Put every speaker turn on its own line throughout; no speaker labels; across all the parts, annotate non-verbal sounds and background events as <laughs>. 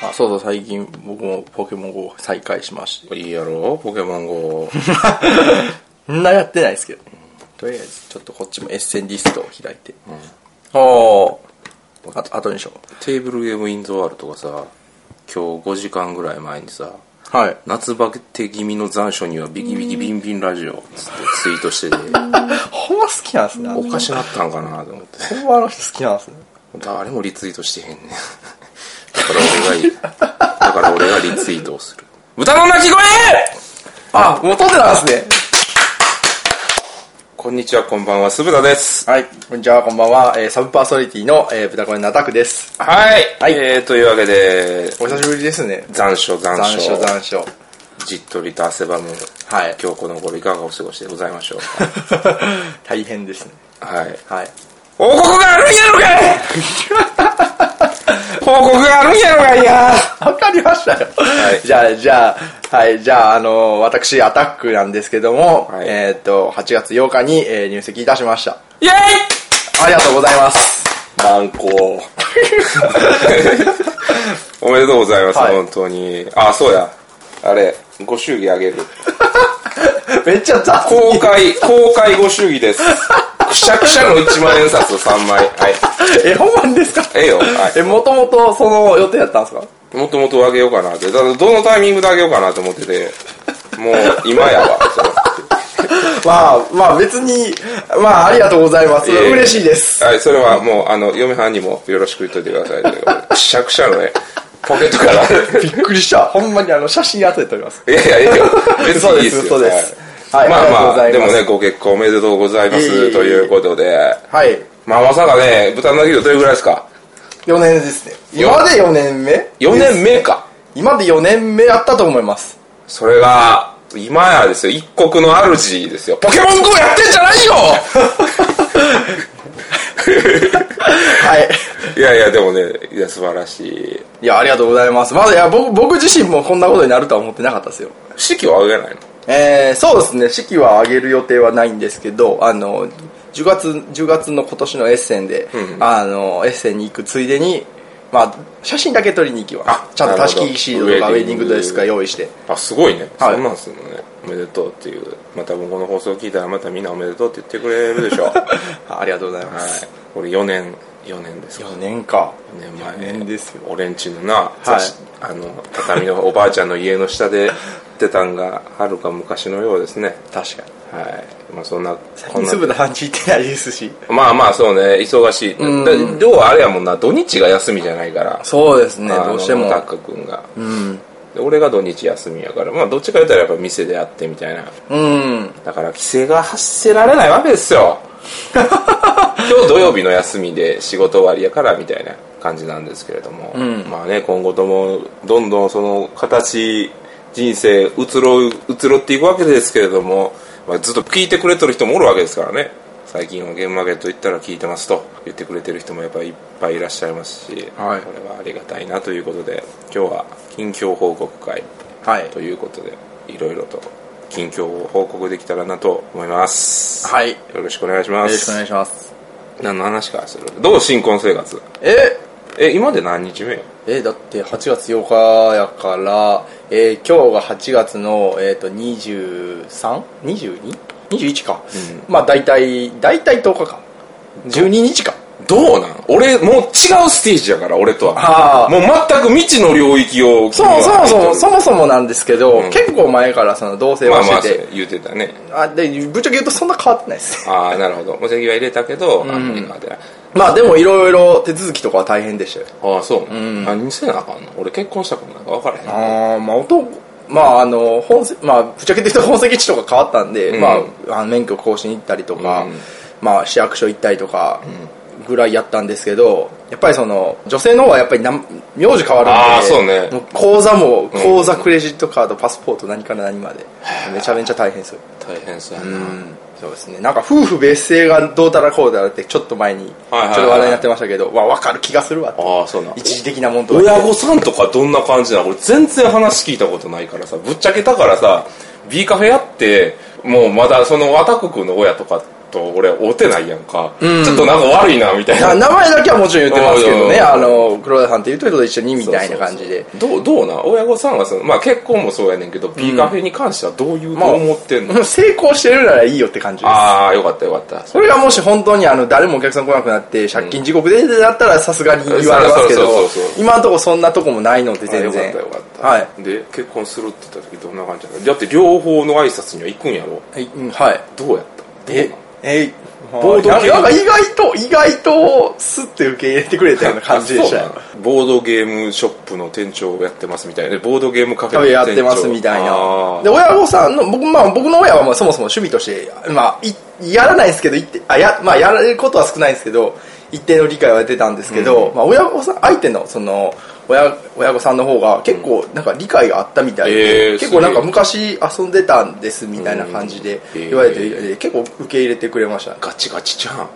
あそうそう最近僕もポケモン GO を再開しまし
いいやろポケモン GO
てんなやってないですけどねとりあえずちょっとこっちもエッセンリストを開いて、あああとあとにしよ
<laughs> テーブルゲームインドワールとかさ今日5時間ぐらい前にさ
うはい
夏バテ気味の残暑にはビキビキビンビンラジオっつってツイートしてて
ほんま好きなんすね
おかしなったんかなと思って
ほんまあの人好きなんすね
誰もリツイートしてへんねんだから俺がいいだから俺がリツイートをする豚の鳴き声
あもう撮ってたんですね
こんにちはこんばんは酢豚です
はいこんにちはこんばんは、えーサブパーソナリティの、えー、豚コネなたくです
はい、えー、というわけで
お久しぶりですね
残暑残
残
暑
暑残暑 <laughs>
じっとりと汗ばむ、
はい
今日この頃いかがお過ごしでございましょう
大変ですね
かはい
はい
報告があるんやろかい報告があるんやろかいや
わかりましたよ。
はい
じゃあ、じゃあ、はい、じゃあ、あの、私、アタックなんですけども、
はい
えーっと、8月8日に、えー入籍いたしました。
イェイ
ありがとうございます。
断行 <laughs> おめでとうございます、
はい
本当にあそうやあれご祝儀あげる
<laughs> めっちゃ雑に
公開 <laughs> 公開ご祝儀ですくしゃくしゃの1万円札を3枚はい
え、ほんまにですか
ええよ、はい、
え、もともとその予定だったんですか
もっともっとあげようかなって。だからどのタイミングであげようかなと思ってて、もう今やわ。
まあ、まあ別に、まあありがとうございます。
いえいえ
嬉しいです。
はい、それはもう、あの、嫁はんにもよろしく言っといてくださいということで。くしゃくしゃのね、
<laughs>
ポケットから。
びっくりした。ほんまにあの、写真後で撮ります。
いやいや、いいよ。別
そう
にいい
で
です
す、そ
よ。
うです。
は
はいい、
まあま
あ
あ、
りがとうござ
でもね、
います。
ご結婚おめでとうございま
いえいえい
す
え
ということで、
はい、
まあまさかね、豚の鳴き声どれぐらいですか
4年ですね。今で4年目
?4 年目か。
今で4年目やったと思います。
それが、今やですよ、一国の主ですよ。ポケモン GO やってんじゃないよ
<laughs> はい。
いやいや、でもね、いや、素晴らしい。
いや、ありがとうございます。まだ、いや、僕、僕自身もこんなことになるとは思ってなかったですよ。
式はあげないの
えー、そうですね、式は上げる予定はないんですけど、あの、10月、10月の今年のエッセンで、あの、エッセンに行くついでに、まあ、写真だけ撮りに行きま
あ
す。ちゃんと
な
タ
るほ
シ
ど
キシードとかウ
ウ
ェ
ェ
ディ
ディ
ン
ン
グ
グ
ドレスとか用意
<laughs>
して。
あすごいね、
はい
そんなんすんのねおめでとうっていうまたこの放送聞いたらまたみんなおめでとうって言ってくれるでしょはい
あありがとうございます。
俺4年4年ですか
4年か。
4年前
4年ですよ
俺んちのな、雑誌あの畳のおばあちゃんの家の下で出たんがはるか昔のようですね
確かに。
はいまあそんなこん
い
な
つぶの半日行ってないですし。
まあまあそうね忙しいだ要はあれやもんな土日が休みじゃないから
そうですね、
あの
どうしても。
タッカ君が、で俺が土日休みやからまあどっちか言ったらやっぱ店でやってみたいな
うん。
だから規制が発せられないわけですよ今日土曜日の休みで仕事終わりやからみたいな感じなんですけれども、まあね今後ともどんどんその形人生移ろう移ろっていくわけですけれども、まあ、ずっと聞いてくれてる人もおるわけですからね最近はゲームマーケット行ったら聞いてますと言ってくれてる人もやっぱりいっぱいいらっしゃいますし、
はい
これはありがたいなということで今日は近況報告会
はい。
ということでいろいろと近況を報告できたらなと思います
はい。よ
よろしくお願いしま
ろ
す
しくお願いします。
何の話かするどう新婚生活
え
え今で何日目よ
えーだって8月8日やから、えー今日が8月の、えー、と 23?22? 21か、まあ大体大体10日か12日か
どうなん俺もう違うステージやから俺と
あ
は
ー
もう全く未知の領域を
そもそもそもそ
も
もそもなんですけど、
ん
結構前からその同棲
ま
は
あまあ
して
そう
て、
言うてたね
あでぶっちゃけ言うとそんな変わってない <laughs> ですね
ああなるほどお席は入れたけど、あんまりなってない
まあでもいろいろ手続きとかは大変でしたよ
ああそう、何せなあかんの俺結婚したことなんか分からへん
ああまあ男まああの本籍まあぶっちゃけて言うと本籍地とか変わったんで、
ん
まああの免許更新行ったりとか、
うん
まあ市役所行ったりとかぐらいやったんですけどやっぱりその女性の方はやっぱりな名字変わるんで
あーそうね
もう口座も口座クレジットカードパスポート何から何までめちゃめちゃ大変そう
大変そうやな、
そうですねなんか夫婦別姓がどうたらこうだらってちょっと前にちょ
はいは
っと話
いはい
題になってましたけど、わ分かる気がするわって
ああそうなん
一時的なもんとはいえ
親御さんとかどんな感じなの俺全然話聞いたことないからさぶっちゃけたからさ B カフェやってもうまだそのアタック君の親とかと俺会うてないやんか、ちょっとなんか悪いなみたいな
あ名前だけはもちろん言ってますけどね、
うん
あの、黒田さんっていう人と一緒にみたいな感じで。
そうそうそうどうどうなん親御さんはその、まあ、結婚もそうやねんけど、P カフェに関してはどういう
まあ
思ってんの、
成功してるならいいよって感じです。
ああよかったよかった
それがもし本当にあの誰もお客さん来なくなって借金地獄でだったらさすがに言われますけど
そうそうそうそう
今のところそんなとこもないので全然
あよかったよかった、
はい
で結婚するって言った時どんな感じなのだって両方の挨拶には行くんやろ
はいうんはい
どうやった
ええい
暴動系
なんか意外と意外とスッて受け入れてくれたような感じでした
あそうなのボードゲームショップの店長をやってますみたいなボードゲームカフェ
カ
の
フェ
店長
やってますみたい
あ
な
ー
で親御さんの僕,、まあ、僕の親はまあそもそも趣味として、まあ、いやらないですけど一定あや,、まあ、やることは少ないんですけど一定の理解は得てたんですけど、まあ、親御さん相手のその親親御さんの方が結構なんか理解があったみたいで、
えー
結構なんか昔遊んでたんですみたいな感じで
うん
言われて、
え
えー結構受け入れてくれましたね
ガチガチじゃん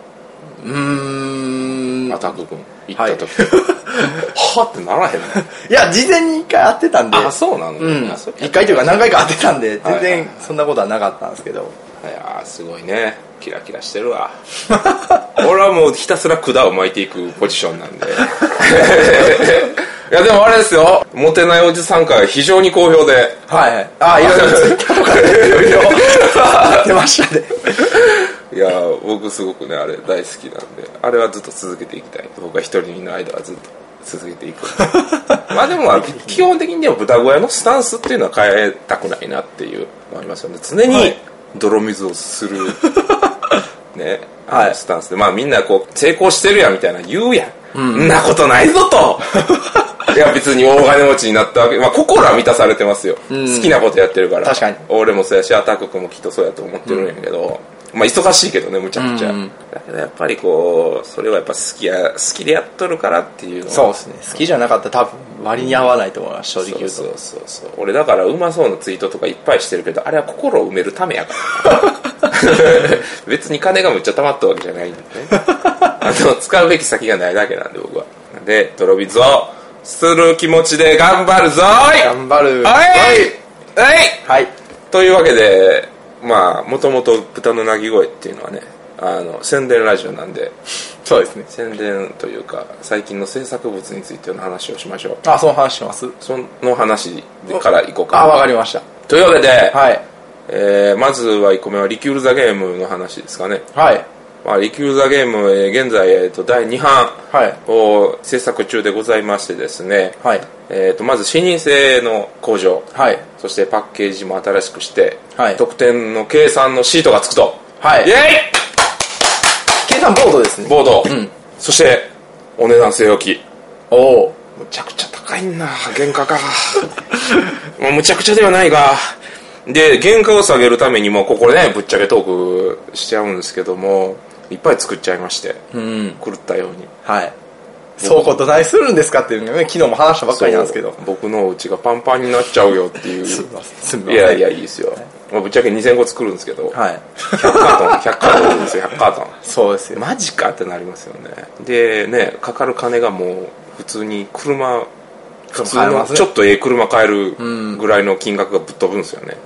うーん
アタック君行った時、 <laughs> はってならへんの
いや事前に一回会ってたんで
あそうなの、
うん
あそれ
一回というか何回か会ってたんで全
はいはい
然
はい
そんなことはなかったんですけど、
いやーすごいねキラキラしてるわ <laughs> 俺はもうひたすら管を巻いていくポジショ
<laughs>
ンなんで <laughs> いやでもあれですよモテないおじさん会非常に好評で
はいはい。 <laughs> あ、いろいろツイッターとかでいろいろやってましたね。
いやー僕すごくねあれ大好きなんであれはずっと続けていきたい僕は一人の間はずっと続けていく <laughs> まあでもまあ基本的にでも豚小屋のスタンスっていうのは変えたくないなっていうのありますよね常
は
に
い
泥水をす
<laughs>
る、ねあの
はい
スタンスでまあみんなこう成功してるやんみたいな言うやん、ん、なことないぞ
<laughs>
といや別に大金持ちになったわけ、まあ、心は満たされてますよ、好きなことやってるから
確かに
俺もそうやしアタック君もきっとそうやと思ってるんやけど、まあ忙しいけどねむちゃくちゃ、
うん
だけどやっぱりこうそれはやっぱ好きや好きでやっとるからっていうのは
そうですね。好きじゃなかったら多分割に合わないと思います、正直
そ
言
う
うと。
そうそうそう俺だからうまそうなツイートとかいっぱいしてるけどあれは心を埋めるためやから
<laughs>
別に金がむっちゃ溜まったわけじゃないんでねあの使うべき先がないだけなんで僕はなんで泥水をする気持ちで頑張るぞーい
頑張る。
おいおい
はい。
というわけでまあもともと豚の鳴き声っていうのはねあの宣伝ラジオなんで
そうですね。
宣伝というか最近の制作物についての話をしましょう
あ、その話します
その話からいこう
あ、わ
か
かりました。
というわけで、
はい。
えーまずは1個目はリキュール・ザ・ゲームの話ですかね、
はい。
まあ、リキュール・ザ・ゲーム、えー現在、えーと第2版
はい。
を制作中でございましてですね、
はい。
えー、とまず視認性の向上
はい。
そしてパッケージも新しくして、
はい
得点の計算のシートがつくと、
はい
イエ
計算ボードです
イ
ね。
ボード、そしてお値段据え置き
おお。
むちゃくちゃ高いんな原価が <laughs> まあむちゃくちゃではないがで原価を下げるためにもここねぶっちゃけトークしちゃうんですけどもいっぱい作っちゃいまして
うん。
狂ったように
はい。倉庫と何するんですかっていうのね、昨日も話したばっかりなんですけど
そう。僕のお家がパンパンになっちゃうよっていう
すみません。すみま
い
せん。
やいやいいですよ、まあ、ぶっちゃけ2000個作るんですけど、
はい。
100カートン100カートンですよ100カートン
そうですよ。
マジかってなりますよねでねかかる金がもう普通に車普通
買え
の
ますね
ちょっとええ車買えるぐらいの金額がぶっ飛ぶんですよね、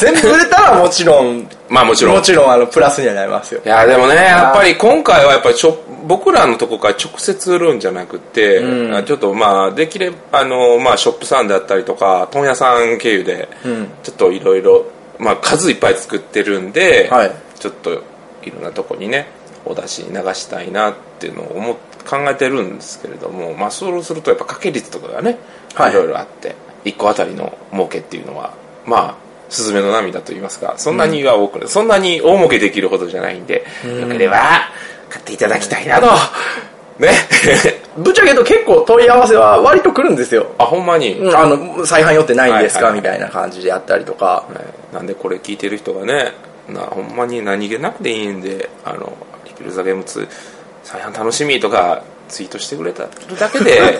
全部売れたらもちろん、
まあもちろん
もちろんあのプラスにはなりますよ
い。やでもねやっぱり今回はやっぱりちょ僕らのとこから直接売るんじゃなくて、あちょっとまあできればあの、まあ、ショップさんだったりとか問屋さん経由でちょっといろいろまあ数いっぱい作ってるんで、
はい
ちょっといろんなとこにねお出しに流したいなっていうのを思っ考えてるんですけれども、まあ、そうするとやっぱ掛け率とかがね、
はい
いろいろあって1個あたりの儲けっていうのはまあスズメの涙と言いますかそんなには多くない、そんなに大儲けできるほどじゃないんで、よければ買っていただきたいなと、ね <laughs>
ぶっちゃけ言うと結構問い合わせは割と来るんですよ。
あほんまに、
うんあの、再販予定ないんですか、
はいはい
みたいな感じであったりとか。
はいなんでこれ聞いてる人がねなほんまに何気なくでいいんで「あのリキュール・ザ・ゲーム2再販楽しみ」とかツイートしてくれただけで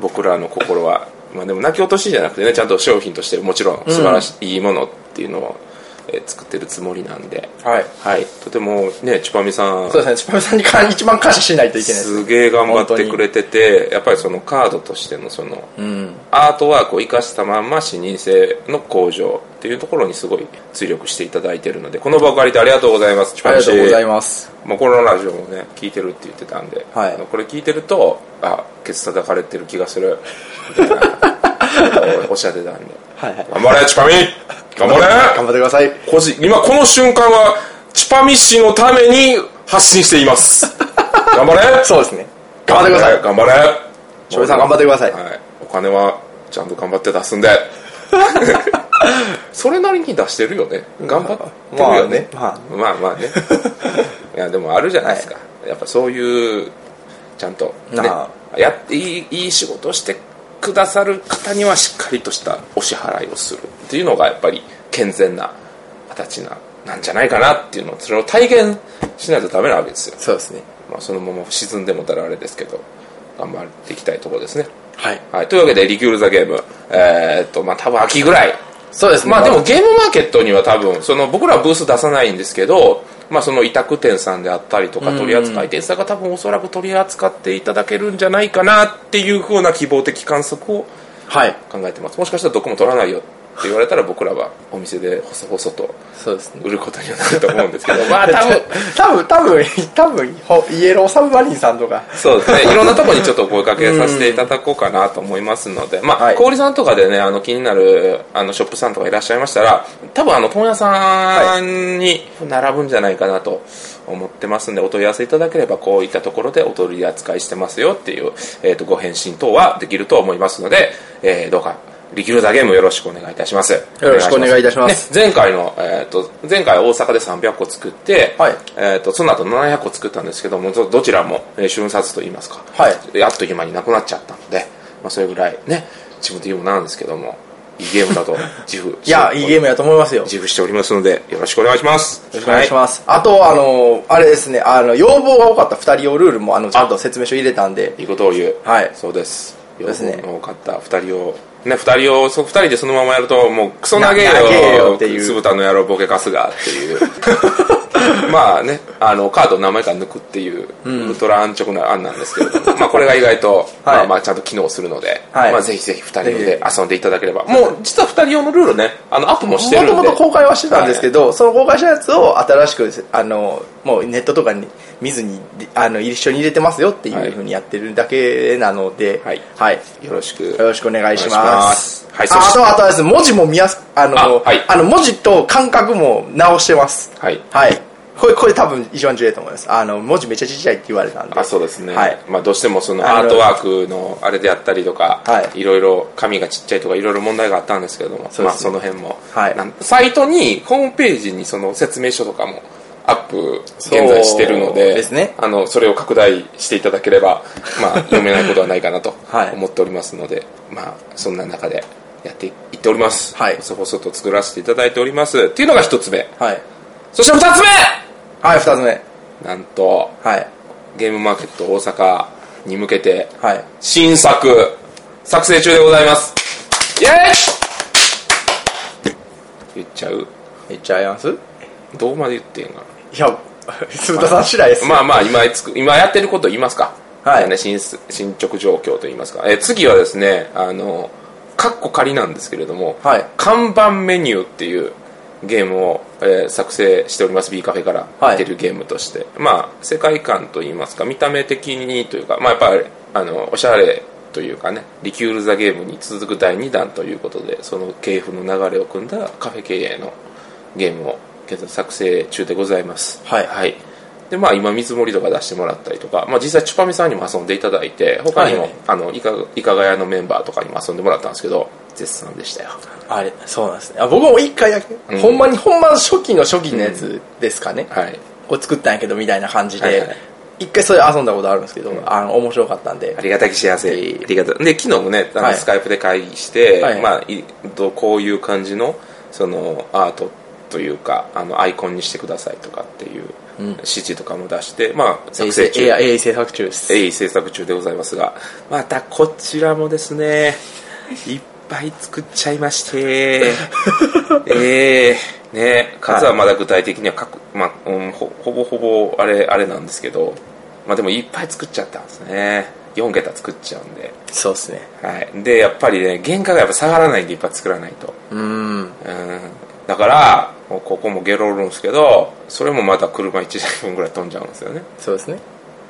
僕らの心は、まあ、でも泣き落としじゃなくてねちゃんと商品としてもちろん素晴らしい、いいものっていうのをえー作ってるつもりなんで、
はい
はい、とてもねちぱみさん
そうですねちぱみさんにか一番感謝しないといけないです
すげえ頑張ってくれててやっぱりそのカードとしてのその
うん
アートワークを生かしたまんま視認性の向上っていうところにすごい追力していただいてるのでこの場を借りてありがとうございますち
ありがとうござい
ま
ます
あ、このラジオもね聞いてるって言ってたんで、
はい
あのこれ聞いてるとあケツ叩かれてる気が
<laughs>
するみたいなおっしゃってたんで
はいはい
頑張れチパミ頑張
頑張ってください
れ個人今この瞬間はチパミ氏のために発信しています頑張れ
そうですね頑張ってください
頑張れ
ちょいさん頑張ってください
はい、お金はちゃんと頑張って出
<laughs>
すんでそれなりに出してるよね頑張ってるよね,、
まあね
まあまあ
<laughs>
ねいやでもあるじゃないですか、やっぱそういうちゃんと、ね
な、
やっていいいい仕事をしてくださる方にはしっかりとしたお支払いをするっていうのがやっぱり健全な形ななんじゃないかなっていうのをそれを体現しないとダメなわけですよ、
そうですね
まあ、そのまま沈んでもたらあれですけど頑張っていきたいところですね
はい
はい、というわけで、リキュール・ザ・ゲーム、えーっと、まあ、多分秋ぐらい。
そうですね
まあ、でもゲームマーケットには多分、その、僕らはブース出さないんですけど、まあ、その委託店さんであったりとか、取扱店さんが多分おそらく取り扱っていただけるんじゃないかなっていうふうな希望的観測を
はい
考えてます。もしかしたらどこも取らないよって言われたら、僕らはお店で細々と
そうですね
売ることにはなると思うんですけど、まあ、多分、
<laughs> 多分多分多分ほイエローサブマリンさんとか
そうですね。いろんなところにちょっとお声掛けさせていただこうかなと思いますので、まあ、
はい
小売さんとかでね、あの、気になる、あの、ショップさんとかいらっしゃいましたら、多分、あの、本屋さんに並ぶんじゃないかなと思ってますんで、お問い合わせいただければ、こういったところでお取り扱いしてますよっていう、えっ、と、ご返信等はできると思いますので、えーどうか、リキュールザゲームよろしくお願いいたします。よ
ろしくお願いいたします
前回の、えっ、と、前回大阪で300個作って、
はい
えっ、と、その後700個作ったんですけども、どどちらも、えー瞬殺と言いますか、
はい
であっという間になくなっちゃったので、まあ、それぐらいね、自分で言うもなんですけども、いいゲームだと自負
<laughs> いやいいゲームやと思いますよ
自負しておりますので、よろしくお願いします。
よろしくお願いします。あと、あの、あれですね、あの、要望が多かった2人用ルールも、あの、ちゃんと説明書入れたんで
はい、いいことを言う。
はい
そうです。
そうですね
多かった、二人を。ね、二人を、そう二人でそのままやると、もう、クソ投げよ
な投げよっていう
酢豚の野郎ボケカスがっ
<laughs>
ていう。まあね、あの、カードを何枚か抜くっていう、ウルトラ安直な案なんですけれど
<laughs>
も、まあこれが意外と、まあまあちゃんと機能するので、
はい
まあぜひぜひ二人で遊んでいただければ。もう、実は二人用のルールね、あの、アップもしてるん
も
で。
ともと公開はしてたんですけど、その公開したやつを新しくですあのもうネットとかに見ずにあの一緒に入れてますよっていうふうにやってるだけなので、
はいよろしく。
よろしくお願いし
お願いし
ま
ます
す。
はいそ
ああ
して
とあとはですね文字も見やすあの
あ
あ、
はい
の文字と間隔も直してます。
はい
はい。これこれ多分一番重要だと思います。あの文字めっちゃちっちゃいって言われたんで。
あそうですね、
はい。
まあ、どうしてもその
あの
アートワークのあれであったりとか、、
はい
ろいろ紙がちっちゃいとかいろいろ問題があったんですけれども
そう
ま
で
あ、
すね
その辺も、
はい
なんサイトにホームページにその説明書とかもアップ現在してるの
そ
で
うですね
あのそれを拡大していただければ、まあ、読めないことはないかなと
はい
思っておりますので、まあ、そんな中でやっていっております、
はい
細々と作らせていただいておりますっていうのが一つ目
はい。
そして二つ
はい、二つ目。
目なんと
はい。
ゲームマーケット大阪に向けて
はい。
新作作成中でございますイエーイ言っちゃう
言っちゃいますい
どこまで言ってんか
や、
<laughs>
鈴田さん次第です
な
よ。
まあまあ今つく今やってること言いますか
はい
じゃあね進す進捗状況と言いますかえ次はですねあのカッコ仮なんですけれども、
はい
看板メニューっていうゲームを、えー作成しております B カフェから
はい
出るゲームとして、まあ世界観といいますか見た目的にというかまあやっぱりあのおしゃれというかねリキュール・ザ・ゲームに続く第2弾ということでその系譜の流れを組んだカフェ経営のゲームを現在作成中でございます
はい
でまあ今見積もりとか出してもらったりとか、まあ、実際チュパミさんにも遊んでいただいて他にも、
はい
あのいかいかがやのメンバーとかにも遊んでもらったんですけど絶賛でしたよ
あれ、そうなんですね。あ僕も一回だけ、
ん
ほんまに、ほんま初期の初期のやつですかね。
はい
これ作ったんやけど、みたいな感じで、
はいはい
一回それ遊んだことあるんですけど、あの、面白かったんで
あ。りがたき幸せ。ありがたで、昨日もね、あの
はい
スカイプで会議して、
はい
まあいど、こういう感じの、その、アートというか、あの、アイコンにしてくださいとかっていう、指示とかも出して、まあ、作成中。
AI AI 制作中です。
鋭意制作中でございますが、またこちらもです <laughs> ね、いっぱい作っちゃいまして、ええね数はまだ具体的にはかく、まあうん、ほほぼほぼあれあれなんですけど、まあ、でもいっぱい作っちゃったんですね4桁作っちゃうんで、
そうですね
はい、でやっぱりね原価がやっぱ下がらないんでいっぱい作らないと、
うん
うん、だからもうここもゲロるんですけどそれもまた車1台分ぐらい飛んじゃうんですよね
そうですね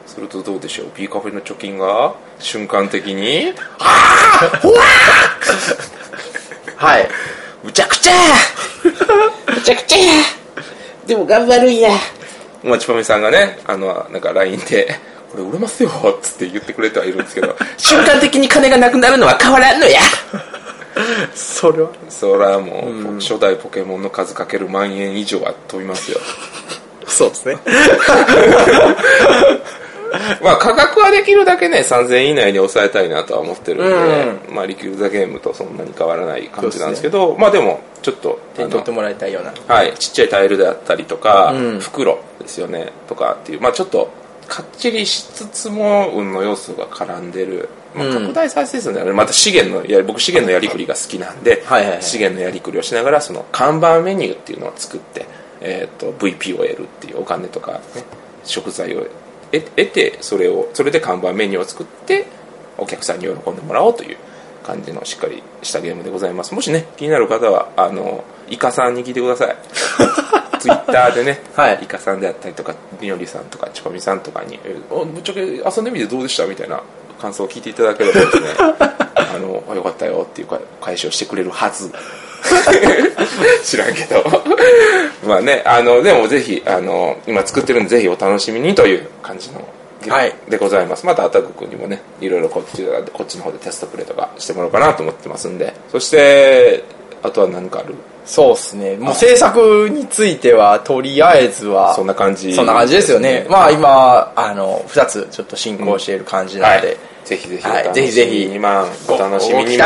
するとどうでしょう B カフェの貯金が瞬間的に
はい
むちゃくちゃ <laughs> むちゃくちゃでも頑張るんやまあちぱみさんがねあのなんか LINE で「これ売れますよ」っつって言ってくれてはいるんですけ <laughs> ど瞬間的に金がなくなるのは変わらんのや
<laughs> それは
そらもう、初代ポケモンの数かける万円以上は飛びますよ
そうですね
まあ価格はできるだけね3000円以内に抑えたいなとは思ってるんで、まあリキューザゲームとそんなに変わらない感じなんですけどまあでもちょっと
手に取ってもらいたいような
はい、ちっちゃいタイルであったりとか、
うん
袋ですよねとかっていう、まあ、ちょっとかっちりしつつも運の要素が絡んでる、まあ、
うん
拡大再生数なので、また資源のや僕資源のやりくりが好きなんで、
はいはいはい
資源のやりくりをしながらその看板メニューっていうのを作って、えー、と VP を得るっていうお金とか、ね、食材を得得てそれをそれで看板メニューを作ってお客さんに喜んでもらおうという感じのしっかりしたゲームでございますもしね気になる方はあのイカさんに聞いてくださいツイッターでね、
<laughs> はい
イカさんであったりとかみおりさんとかちこみさんとかに「えおぶっちゃけ遊んでみてどうでした?」みたいな感想を聞いていただけれ
<laughs>
ばですねあのあよかったよっていうか返しをしてくれるは
<laughs>
ず知らんけどまあねあのでもぜひあの今作ってるんでぜひお楽しみにという感じの
はい
でございますまたアタック君にもねいろいろこっちがこっちの方でテストプレイとかしてもらおうかなと思ってますんでそしてあとは何かある
そうですねもう制作についてはとりあえずは
そんな感じ
そんな感じですよねまあ今あの2つちょっと進行している感じなので、
ぜひぜひ、
はいぜひぜひ
まあお楽しみに
ごご期待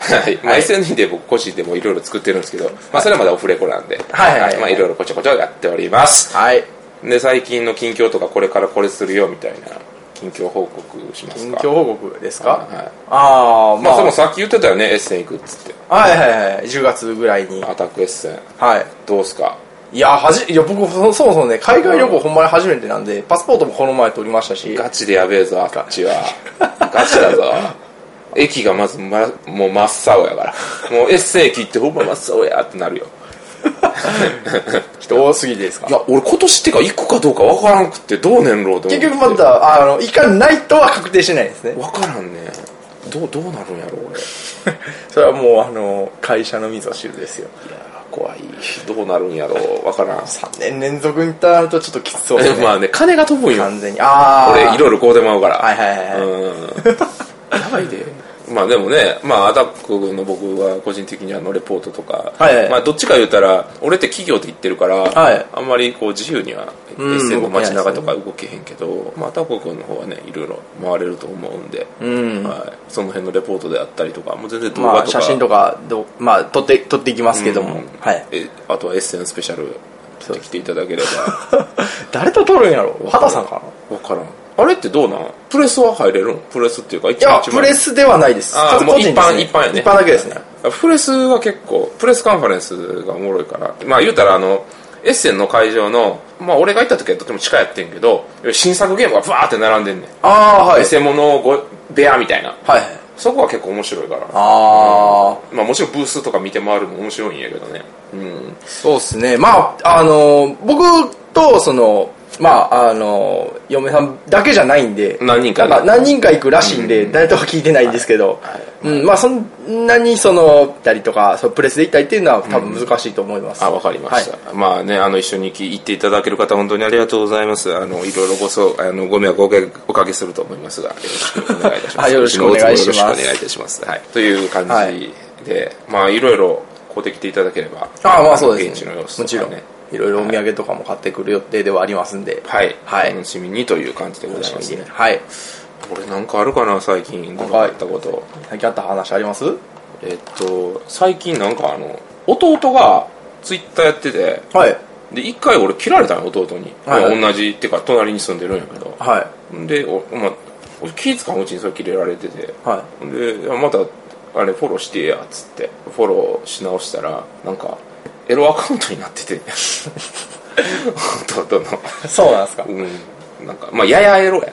はい、まあ、
はい
SNE で僕個人でもいろいろ作ってるんですけど、まあ、それはまだオフレコなんで、
はいはいはい
まあ、いろいろこちょこちょやっております
はい
で最近の近況とかこれからこれするよみたいな近況報告します
近
か
況報告ですか、
はい
ああま
まあ
あ、
でもさっき言ってたよねエッセン行くっつって
はいはいはい10月ぐらいに
アタックエッセン
はい
どうすか
いやはじいや僕そそもそもね海外旅行ほんまに初めてなんでパスポートもこの前取りましたし
ガチでやべえぞあっ
<laughs>
ちはガチだぞ駅がまず、ま、もう真っ青やからもうエッセン駅行ってほんま真っ青やってなるよ
人多すぎてですか
いや、俺今年ってか行くかどうかわからんくって、どう年老で。
結局まだあの行かないとは確定してないですね
わからんね。どう、どうなるんやろ、俺。い
それはもうあの会社のみぞ知るですよ
や、怖い。どうなるんやろ、わからん。
3年連続インターンとちょっときつそうですね
<laughs> まあね、金が飛ぶんよ。
完全にああ
俺、いろいろこうでまうから。
はいはいはいはい
うん。 <laughs> やばいで。まあでもね、まあアタックの僕は個人的にあのレポートとか、
はいはい
まあどっちか言ったら、俺って企業って言ってるから、
はい
あんまりこう自由には、エ
うん
ッセンの街中とか動けへんけど、まあアタック君の方はね、いろいろ回れると思うんで、
うん
はい、その辺のレポートであったりとか、もう全然動画とか、
まあ写真とかどうまあ撮って撮っていきますけども、
うん
はい <laughs>
えあとはエッセンスペシャル撮ってきていただければ、 <laughs>
誰と撮るんやろ畑さんかな
わからん。あれってどうなんプレスは入れるんプレスっていうか、一
いや
一
プレスではないです
あー
各
もう
個
一
人です
般、
ね
一般やね。
一般だけですね。
プレスは結構、プレスカンファレンスがおもろいから、まあ言うたらあの、エッセンの会場の、まあ俺が行った時はとても近いやってんけど、新作ゲームがブワーって並んでんねん。
ああはい
エセモノご部屋みたいな。
はい
そこは結構面白いから。
ああ
まあもちろんブースとか見て回るのも面白いんやけどね。うん。
そうですねまああの僕とそのまああの嫁さんだけじゃないんで
何人かで
なん何人か行くらしいんで、誰とは聞いてないんですけど、うんまあそんなにその行ったりとかそのプレスで行ったりっていうのは多分難しいと思います、
あ、わかりました。まあね、あの、一緒に行っていただける方、本当にありがとうございます。あの、いろいろごそ、あの、ご迷惑をおかけおかけすると思いますが、よろしくお願いいたしま
<laughs>
す。
あよろしくお願いします
うちのおうちもよろしくお願いいたします。はい。という感じで、まあ、いろいろ、こうできていただければ。
ああまあそうです、
現地の様子とかね。
もちろんいろいろお土産とかも買ってくる予定ではありますんで、
はい。
はい
楽しみにという感じでございま
楽し
す
みに
ね。
はい
俺なんかあるかな、最近。どうかあったこと。
最近あった話あります
えっと、最近なんかあの、弟が、ツイッターやってて、
はい
で、一回俺切られたの、弟に。
はいはい
まあ同じ、っていうか、隣に住んでるんやけど。
はい
でお、まあ、俺気ぃ使ううちにそれ切れられてて、
は
でいやまたあれフォローしてやっつってフォローし直したらなんかエロアカウントになってて弟の
そうなんですか
うんなんかまあややエロや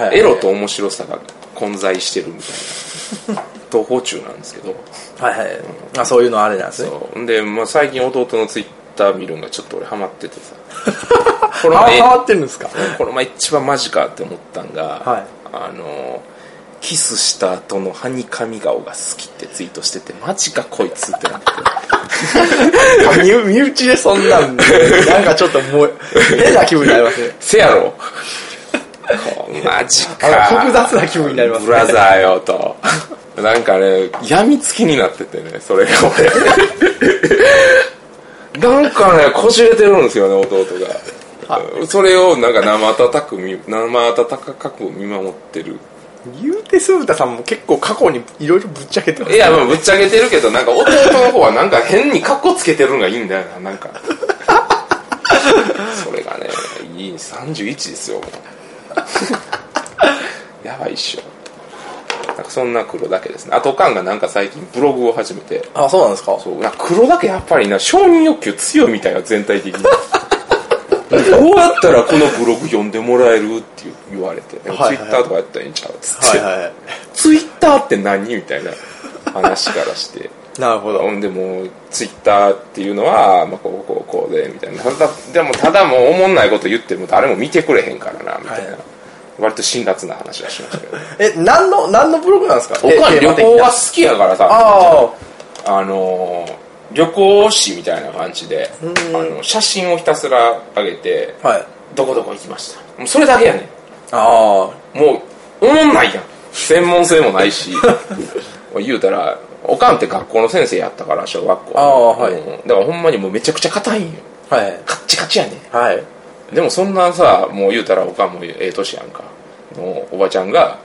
な、
はい
エロと面白さが混在してるみたいな東宝中なんですけど
はいはいあそういうのあれなんですね
そうで、まあ、最近弟のツイッター見るんがちょっと俺ハマっててさこ
あ
の前
変わってるんですか
この前一番マジかって思ったんが、
はい
あのキスした後のハニカミ顔が好きってツイートしててマジかこいつってなって
身身内でそんなんなんかちょっともう変な気分になりますね
せやろこうマジか
あの複雑な気分になりますね
ブラザーよとなんかねやみつきになっててねそれが俺なんかねこじれてるんですよね弟がそれをなんか生温く見生温かく見守ってる
言うて鈴田さんも結構過去にいろいろぶっちゃけてます
いや、まあぶっちゃけてるけど、なんか弟の方はなんか変にカッコつけてるのがいいんだよな、なん
<laughs>
か。それがね、いい、31ですよ。 <laughs> やばいっしょ。なんかそんな黒だけですね。あと、おかんがなんか最近ブログを始めて、
あそうなんですか
そう、なんか黒だけやっぱりな、承認欲求強いみたいな、全体
<laughs>
的に。どうやったらこのブログ読んでもらえるって言われて、
はいはい
ツイッターとかやったらいいんちゃうっつって、
はいはい
ツイッターって何みたいな話からして。
なるほど
ほんでもうツイッターっていうのは、まあ、こうこうこうでみたいなただでもただもうおもんないこと言っても誰も見てくれへんからなみたいな、
はい
割と辛辣な話はしましたけ <laughs> ど
え何の何のブログなんですか
僕は
え
旅
テーマ
行
的
が
な
好きやからさ
あ
あのー旅行誌みたいな感じであの写真をひたすら上げて
あはい
どこどこ行きましたもうそれだけやね
あ
んもうおもんないやん専門性もないし <laughs> 言うたらおかんって学校の先生やったから小学校
ああはい
うんだからほんまにもうめちゃくちゃ硬いんよ
あはい
カッチカチやね
はい
でもそんなさもう言うたらおかんもええ年やんかのおばちゃんが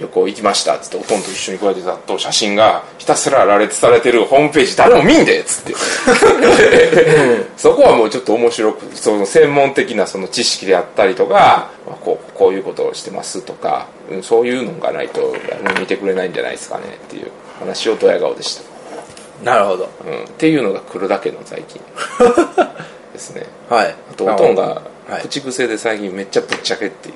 旅行行きましたっつっておとんと一緒にこうやってざっと写真がひたすら羅列されてるホームページ誰も見んでっつって、そこはもうちょっと面白くその専門的なその知識であったりとか、まあこうこういうことをしてますとか、うんそういうのがないと誰も見てくれないんじゃないですかねっていう話をドヤ顔でした
なるほど
うん、っていうのが黒だけの最近ですね
はい
あとおとんが
はい
口癖で最近めっちゃぶっちゃけっていう、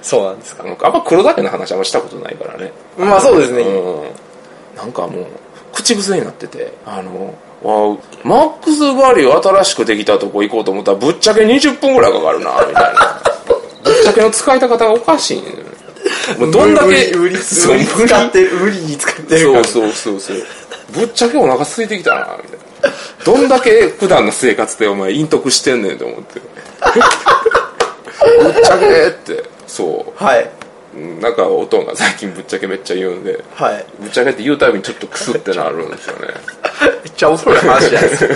そうなんですか
なんかあんま黒だけの話あんましたことないからね
まあそうですね
うんなんかもう口癖になっててあのわあマックスバリュー新しくできたとこ行こうと思ったらぶっちゃけ20分ぐらいかかるなみたい
<laughs>
なぶっちゃけの使い方がおかしいねもうどんだけ
売り売り
そう
売り使ってる売りに使ってる
そ
から
うそうそうそうぶっちゃけお腹空いてきたなみたいなどんだけ普段の生活でお前陰徳してんねんと思ってぶっちゃけってそ
はい。
ううんなんかおとんが最近ぶっちゃけめっちゃ言うんで
はい。
ぶっちゃけって言うたびにちょっとクスってなるんですよね
めっちゃお <laughs> そろい話じゃないですか。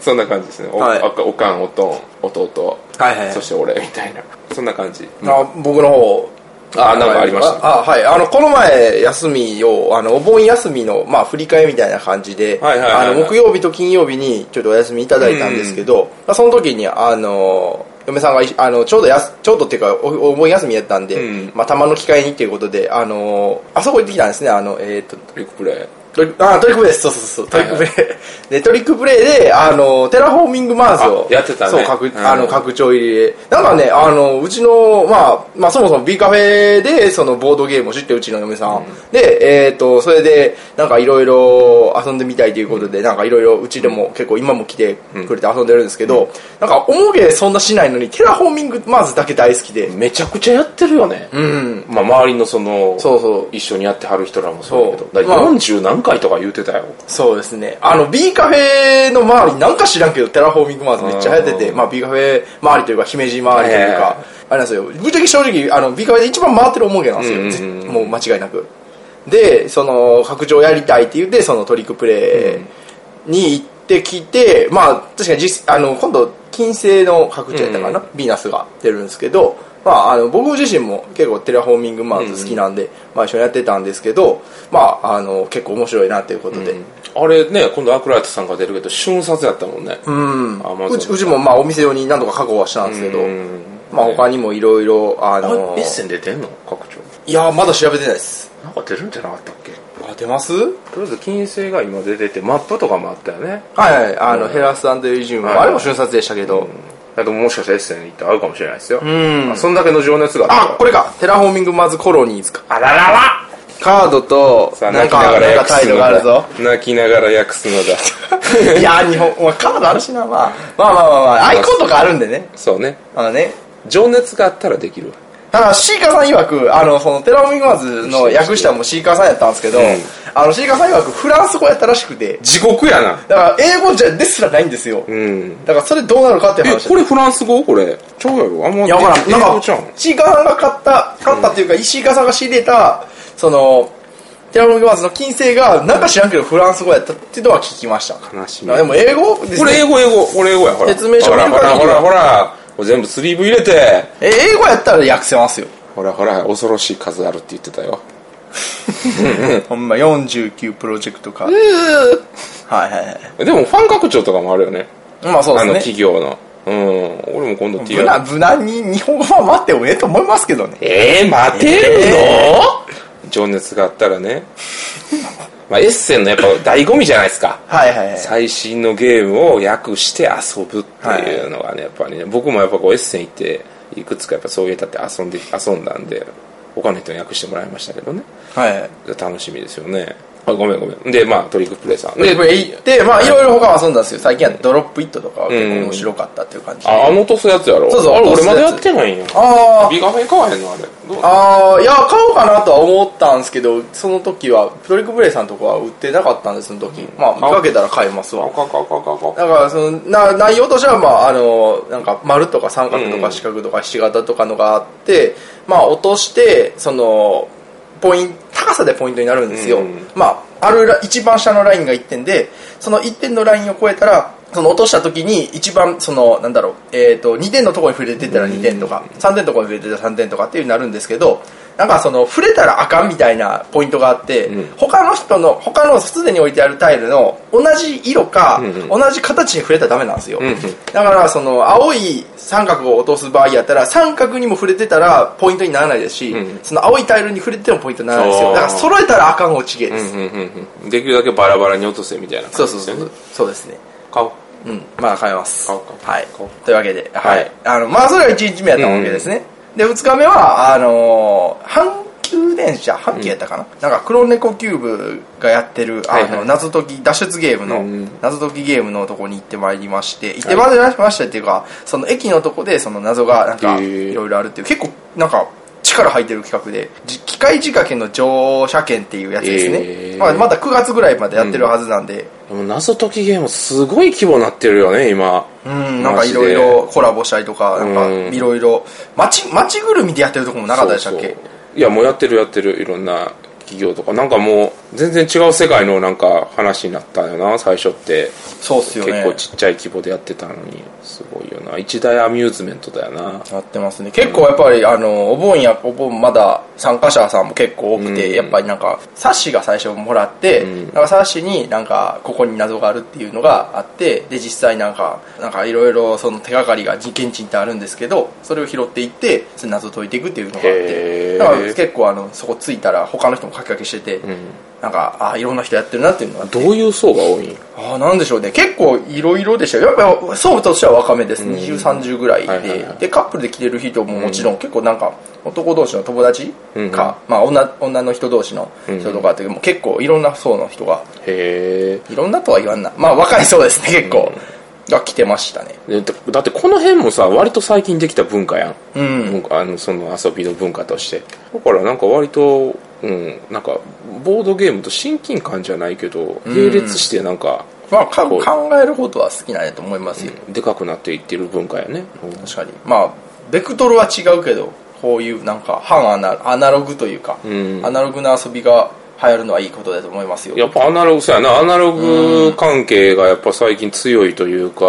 そんな感じですねお,、
はい
あおかんおとん弟
はいはい
そして俺みたいなそんな感じ
あ僕の方。
あなんかありました
あ、はい。あの、この前、休みを、あの、お盆休みの、まあ、振り替えみたいな感じで、
はいはいはいはい
あの、木曜日と金曜日に、ちょっとお休みいただいたんですけど、まあ、その時に、あの、嫁さんが、いあの、ちょうどやす、ちょうどっていうか、おお盆休みやったんで、
うん
まあ、たまの機会にっていうことで、あの、あそこ行ってきたんですね、あの、えっ、と、
リクプレ
トリあトリックプレイですそうそうそうトリックプレイ、でトリックプレイであのテラフォーミングマーズを
あやってたね
そう拡,、
うん
あの拡張入りでなんかねあのうちの、まあ、まあそもそも B カフェでそのボードゲームを知ってうちの嫁さん、でえっ、とそれでなんかいろいろ遊んでみたいということで、なんかいろいろうちでも結構今も来てくれて遊んでるんですけど、なんか重げそんなしないのにテラフォーミングマーズだけ大好きで
イめちゃくちゃやってるよね
うん
まあ、周りのその
そうそう
一緒にやってはる人らもそうだけど
そう
だから40何回とか言うてたよ、
そうですね。あの、B カフェの周り、なんか知らんけど、テラフォーミングマーズめっちゃ流行ってて、
うん
まあ B カフェ周りというか、姫路周りというか、あれなんですよ。ぶっちゃけ正直、あの、B カフェで一番回ってる思うけなんですよ
うんうんうん
ぜ。もう間違いなく。で、その、拡張やりたいって言って、そのトリックプレイに行ってきて、まあ、確かに実、あの、今度、金星の拡張やったかな、ヴィーナスが出るんですけど、まあ、あの僕自身も結構テラフォーミングマーズ好きなんで、まあ、一緒にやってたんですけど、まあ、あの結構面白いなということで、
あれね今度アクライトさんが出るけど瞬殺やったもんねうんあま
うちうちもまあお店用に何とか確保はしたんですけど、まあ、他にもいろいろあ
あれ
の
エッセンで出んの拡張
いやまだ調べてないです
なんか出るんじゃなかったっけあ
ってます
とりあえず金星が今出ててマップとかもあったよね
はい、はい、あの、ヘラスユージウム、
はい
あれも瞬殺でしたけど、
あともしかしたらエッセンに行って会うかもしれないですよ
ん
あそんだけの情熱が
あ
ある
これかテラフォーミングマーズコロニーズか
あららら
カードと
さあ
なん
泣き
か
なが
なん
ら
か
訳
態
す
度
の
があるぞ
だ泣きながら訳すのだ
<laughs>
<laughs>
いや日本、まあ、カードあるしな、まあ、まあまあまあまあアイコンとかあるんでね
そうね
あのね
情熱があったらできるわ
ただシーカーさん曰くあのそのテラフォーミングマーズの訳したのもシーカーさんやったんですけど、
うん
あのシーカーさん曰くフランス語やったらしくて
地獄やな
だから英語じゃですらないんですよ、
うん
だからそれどうなるかっていう
え
話
これフランス語これちゃうやろあんま
いや、わからん。
英
な
語
ん
ちゃう
か、石井川さんが買った、買ったっていうか、石井川さんが仕入れた、その、テラフォーミングマーズの金星が、なんか知らんけどフランス語やったっていうのは聞きました。
悲しみ
でも英語ですね
これ英語英語これ英語やほら
説明書
ほら
見
ほ
る限
ら
り
ほらほらこれ全部スリーブ入れて
え英語やったら訳せますよ。
ほらほら恐ろしい数あるって言ってたよ
ほんま、49プロジェクトか。はいはいはい。
でもファン拡張とかもあるよね
まあそう
あの
ですね。
企業のうん俺も今度 T
無難、無難に日本語は待ってもええと思いますけどね。
えー、待てるの、情熱があったら
<laughs>
ねまあエッセンのやっぱ醍醐味じゃないですか
はいはいはい。
最新のゲームを訳して遊ぶっていうのがね、やっぱりね、僕もやっぱこうエッセン行って、いくつかやっぱそういうたって遊んで、遊んだんで、他の人に訳してもらいましたけどね。
はいはい。
楽しみですよね。あ、ごめんごめん。で、まあトリックプレイさん。
で、
で、
これ行って、まあいろいろ他は遊んだんですよ。最近はドロップイットとかは結構面白かったっていう感じで。
あ、あの落とすやつやろ。
そうそう
あれ
落と
俺
すや
ま
つ
だやってないんや。
あー
ビガフェ買わへんのあれ。どう
ああいや買おうかなとは思ったんですけどその時はトリックプレイさんとかは売ってなかったんですその時まあ見かけたら買いますわ
あかんあかんあかんあかんあかん
だからそのな内容としてはまああのなんか丸とか三角とか四角とか七型とかのがあって、まあ落としてそのポイン高さでポイントになるんですよ、
うん
まああるら一番下のラインが1点でその1点のラインを超えたらその落とした時に一番そのなんだろう、えー、と2点のところに触れてたら2点とか、3点のところに触れてたら3点とかっていうになるんですけどなんかその触れたらあかんみたいなポイントがあって、
うん
他の人の他のすでに置いてあるタイルの同じ色か、
うんうん
同じ形に触れたらダメなんですよ、
うんうん
だからその青い三角を落とす場合やったら三角にも触れてたらポイントにならないですし、
うん
その青いタイルに触れてもポイントにならないです
あ
よ
ー
だから揃えたらあかん落ち芸
う
で
ん
す、
うんうんうん。できるだけバラバラに落とせみたいな
そう
感じ
そうそ
ですよね。
うそうですね
買おう。
うんまあ買えます
買おう買おう
はい
買おう
というわけで、はい
はい
あのまあそれが1日目やったわけですね、で2日目はあのー阪急電車阪急やったかな、なんか黒猫キューブがやってるあの、
はいはい
謎解き脱出ゲームの、
うん
謎解きゲームのとこに行ってまいりまして行ってまいりましたっていうか、その駅のとこでその謎がなんか
へー
いろいろあるっていう結構なんか力入ってる企画でじ機械仕掛けの乗車券っていうやつですね、
へー
まあ、まだ9月ぐらいまでやってるはずなんで、
でも謎解きゲームすごい規模になってるよね、今。
うん、なんかいろいろコラボしたりとか、なんか
うん
いろいろ、街、街ぐるみでやってるとこもなかったでしたっけ
そうそういやもうやってるやってるいろんな企業とかなんかもう全然違う世界のなんか話になったよな最初って
そうっすよね。
結構ちっちゃい規模でやってたのにすごいよな一大アミューズメントだよな
やってますね。結構やっぱり、あの、お盆や、お盆まだ参加者さんも結構多くて、
うん
やっぱりなんか、冊子が最初もらって、
ん
なんか冊子になんか、ここに謎があるっていうのがあって、で、実際なんか、なんかいろいろその手がかりが実験値ってあるんですけど、それを拾っていって、それ謎解いていくっていうのがあって
へ、ー
だから結構あの、そこ着いたら他の人も書きかけしてて、なんか、あ、いろんな人やってるなっていうのがあって
どういう層が多いん
ああ、なんでしょうね。結構いろいろでしたよ。やっぱ、総務としては若めです。20、30ぐらいで、
はいはいはい
で、カップルで来てる人ももちろん、結構なんか、男同士の友達
うん
か、まあ女、女の人同士の人とかって、もう結構いろんな層の人が、
へ
いろんなとは言わんな。まあ、若い層ですね、結構。が来てましたね。
えだだってこの辺もさ割と最近できた文化やん
うん。
文化あのその遊びの文化としてだからなんか割とうんなんかボードゲームと親近感じゃないけど並列してなんか
まあ、か
こ
考
う
えることは好きなんやと思いますよ。
でかくなっていってる文化やね、
確かに。まあ、ベクトルは違うけど、こういうなんか、反アナアナログというか、
ん
アナログな遊びが流行るのはいいことだと思いますよ。
やっぱアナログそうやなアナログ関係がやっぱ最近強いというか、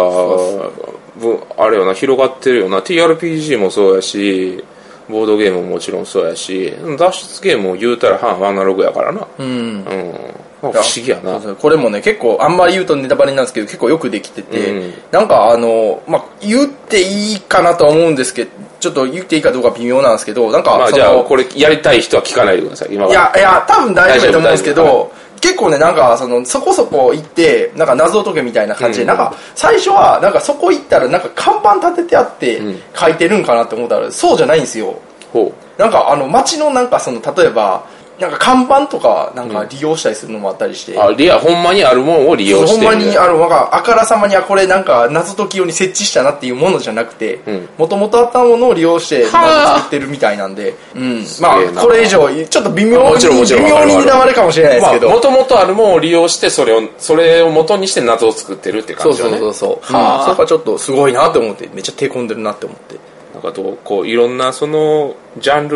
ぶあれよな広がってるよな TRPG もそうやしボードゲームももちろんそうやし脱出ゲームを言うたら半アナログやからな
うん。
うん、不思議やな
そうそうこれもね結構あんまり言うとネタバレなんですけど結構よくできてて、
うん
なんかあの、まあ、言っていいかなとは思うんですけどちょっと言っていいかどうか微妙なんですけどなんか
まあ
そ
じ
の、
ゃあこれやりたい人は聞かないでください今
い
から
やいや多分大丈夫だと思うんですけ
大丈夫大丈
ど結構ねなんかそのそこそこ行ってなんか謎を解けみたいな感じで、
うん
なんか最初はなんかそこ行ったらなんか看板立ててあって
うん
書いてるんかなって思ったら、そうじゃないんですよ
ほ
なんかあの街のなんかその例えばなんか看板とかなんか利用したりするのもあったりして、
うあリアほんまにあるもんを利用し
ほん
て
ま
るみたい
に
な
あのなんかあからさまにあこれなんか謎解き用に設置したなっていうものじゃなくて
ん
もともとあったものを利用して
はあ
作ってるみたいなんで、うん、
げ
まあ
えな
これ以上ちょっと微妙
あ
に
もちろんもちろん
微妙にネタバレかもしれないですけど、
もともとあるもんを利用してそれをそれを元にして謎を作ってるって
そ
感
う
じ
そ
よ
う
ね
そうそう、うん
はあ
そこはちょっとすごいなって思ってめっちゃ手込んでるなって思って
なんかどうこういろんなそのジャン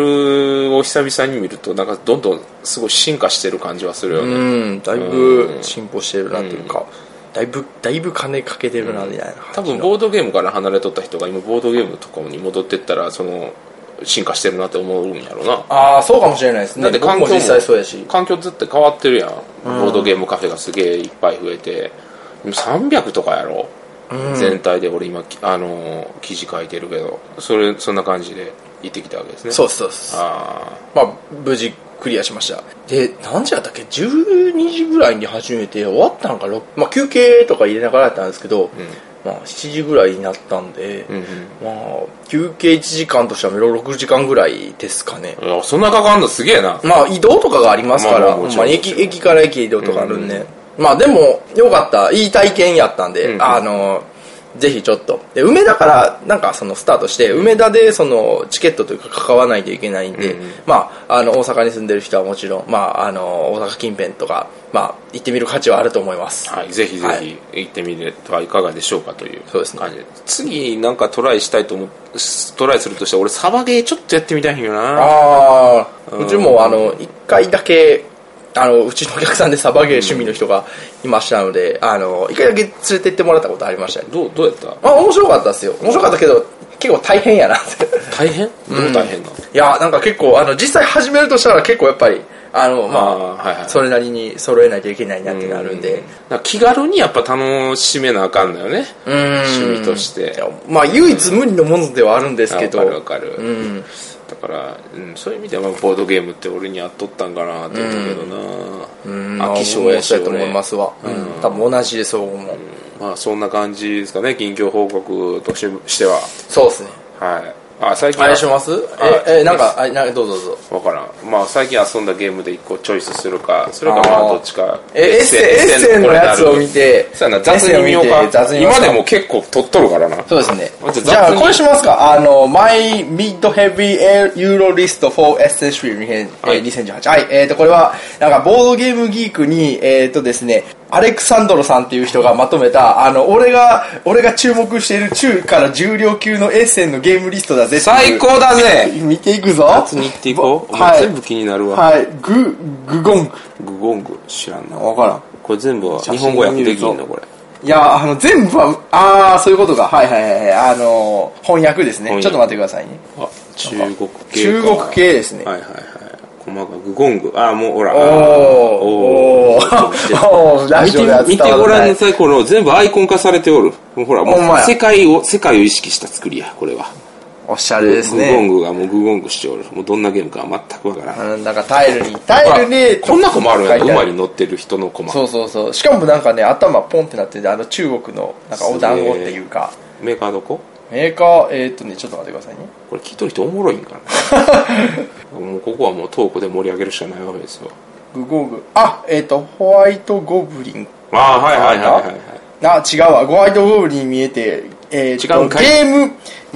ルを久々に見るとなんかどんどんすごい進化してる感じはするよね、
うんだいぶ進歩してるなというか、だいぶだいぶ金かけてるなみたいな
多
感じ
分
の
ボードゲームから離れとった人が今ボードゲームとかに戻ってったらその進化してるなって思うんやろな
ああそうかもしれないですね
だって環境
僕も実際そうやし
環境ずっと変わってるやん、ボードゲームカフェがすげえいっぱい増えて300とかやろ、全体で俺今きあのー記事書いてるけどそれそんな感じで行ってきたわけですね
そううそうそう
あ
まあ無事クリアしましたで何時だったっけ12時ぐらいに始めて終わったんか、ろくまあ、休憩とか入れながらやったんですけど、まあ、7時ぐらいになったんで、
んうん
まあ、休憩1時間としては6時間ぐらいですかね
あいやそんなかかんのすげえな
まあ移動とかがありますか
ま
ら、
あまあも
ほ
ち
ん
ろ
ま
ん
に駅駅から駅へ移動とかあるんで、まあでもよかったいい体験やったんで、
うん
あのぜひちょっとで梅田からなんかそのスタートして、梅田でそのチケットというか買わないといけないんで、まああの大阪に住んでる人はもちろん、まあ、あの大阪近辺とか、まあ、行ってみる価値はあると思います、
はい、ぜひぜ
は
ひ行ってみるとはいかがでしょうかという
そうですね
感じで次なんかトライしたいと思っトライするとしたら俺サバゲーちょっとやってみたいんよな
ああうちもあの1回だけあのうちのお客さんでサバゲー趣味の人がいましたので、あの1回だけ連れて行ってもらったことありましたね
どうどうやった
あ面白かったですよ面白かったけど結構大変や <laughs> なって
大変どう大変なの、
いやなんか結構あの実際始めるとしたら結構やっぱりあのまあ
あーはいはい
それなりに揃えないといけないなってなるんで
なんか気軽にやっぱ楽しめなあかんのよね
うん
趣味として
いやまあ唯一無二のものではあるんですけど
あわかるわかる、
うん
だから、うん、そういう意味ではボードゲームって俺にやっとったんかなって思ったけどな、
うん
飽き性
ま
や
あ
し
そうやと思いますわ、うん、多分同じでそう思う、
俺まあそんな感じですかね近況報告とししては
そうですね
はいあ最近
あれします
あ
ええなんかあなんかどうぞどうぞ
わからんまあ最近遊んだゲームで一個チョイスするかそれかま
あ
あ
ー
どっちか
えエッセエッセンのやつを見て
そうやな雑に見よう
エッセンを見
か
て雑に見ます
今
か
でも結構取っとるからな
そうですね
あじゃあ。
じゃ
雑
あ、
に
これしますかあの、My Mid Heavy Air Euro List for Essential
はい
2018。はい。えっと、これは、なんか、ボードゲームギークに、えっとですね、アレクサンドロさんっていう人がまとめた、あの、俺が、俺が注目している中から重量級のエッセンのゲームリストだぜってい
最
う。
高だぜ
見ていくぞ。
雑に行っていこう、お
は
前
い
全部気になるわ、
はい。グ、グゴン。
グゴング知らんな
わからん。
これ全部は日本語訳できんのこれ
いや、あの、全部は、あー、そういうことか。はいはいはいはい。あの、翻訳ですね。
翻訳
ちょっと待ってくださいね。
あ中国系
中
か
国系ですね。
はいはいはい細かくゴングああもうほら
おーお
お
ーおーラ
見
ジ
て
オでは
見
伝
て
わ
ご
ら
覧
な
ないさいこの全部アイコン化されておるもうほらも
ほんま
う
や
世界を世界を意識した作りやこれは
おっしゃれです
グゴン
ね
グがもうグゴングしておるもうどんなゲームかは全くわからん
あのなんかタイルにタイルに
こんな子もあるやん
書いて
馬に乗ってる人の駒
そうそうそうしかもなんかね頭ポンってなっててあの中国のなんかお団子っていうか
メーカーどこ
メーカーえーっとねちょっと待ってくださいね
これ聞いとる人おもろいんか
<laughs>
なもうここはもうトークで盛り上げるしかないわけですよ
グゴーグあえーっとホワイトゴブリン
ああはいはいはいはい、はい、
あ違うわホワイトゴブリンに見えてえーっ
違うん
と
かい
ゲーム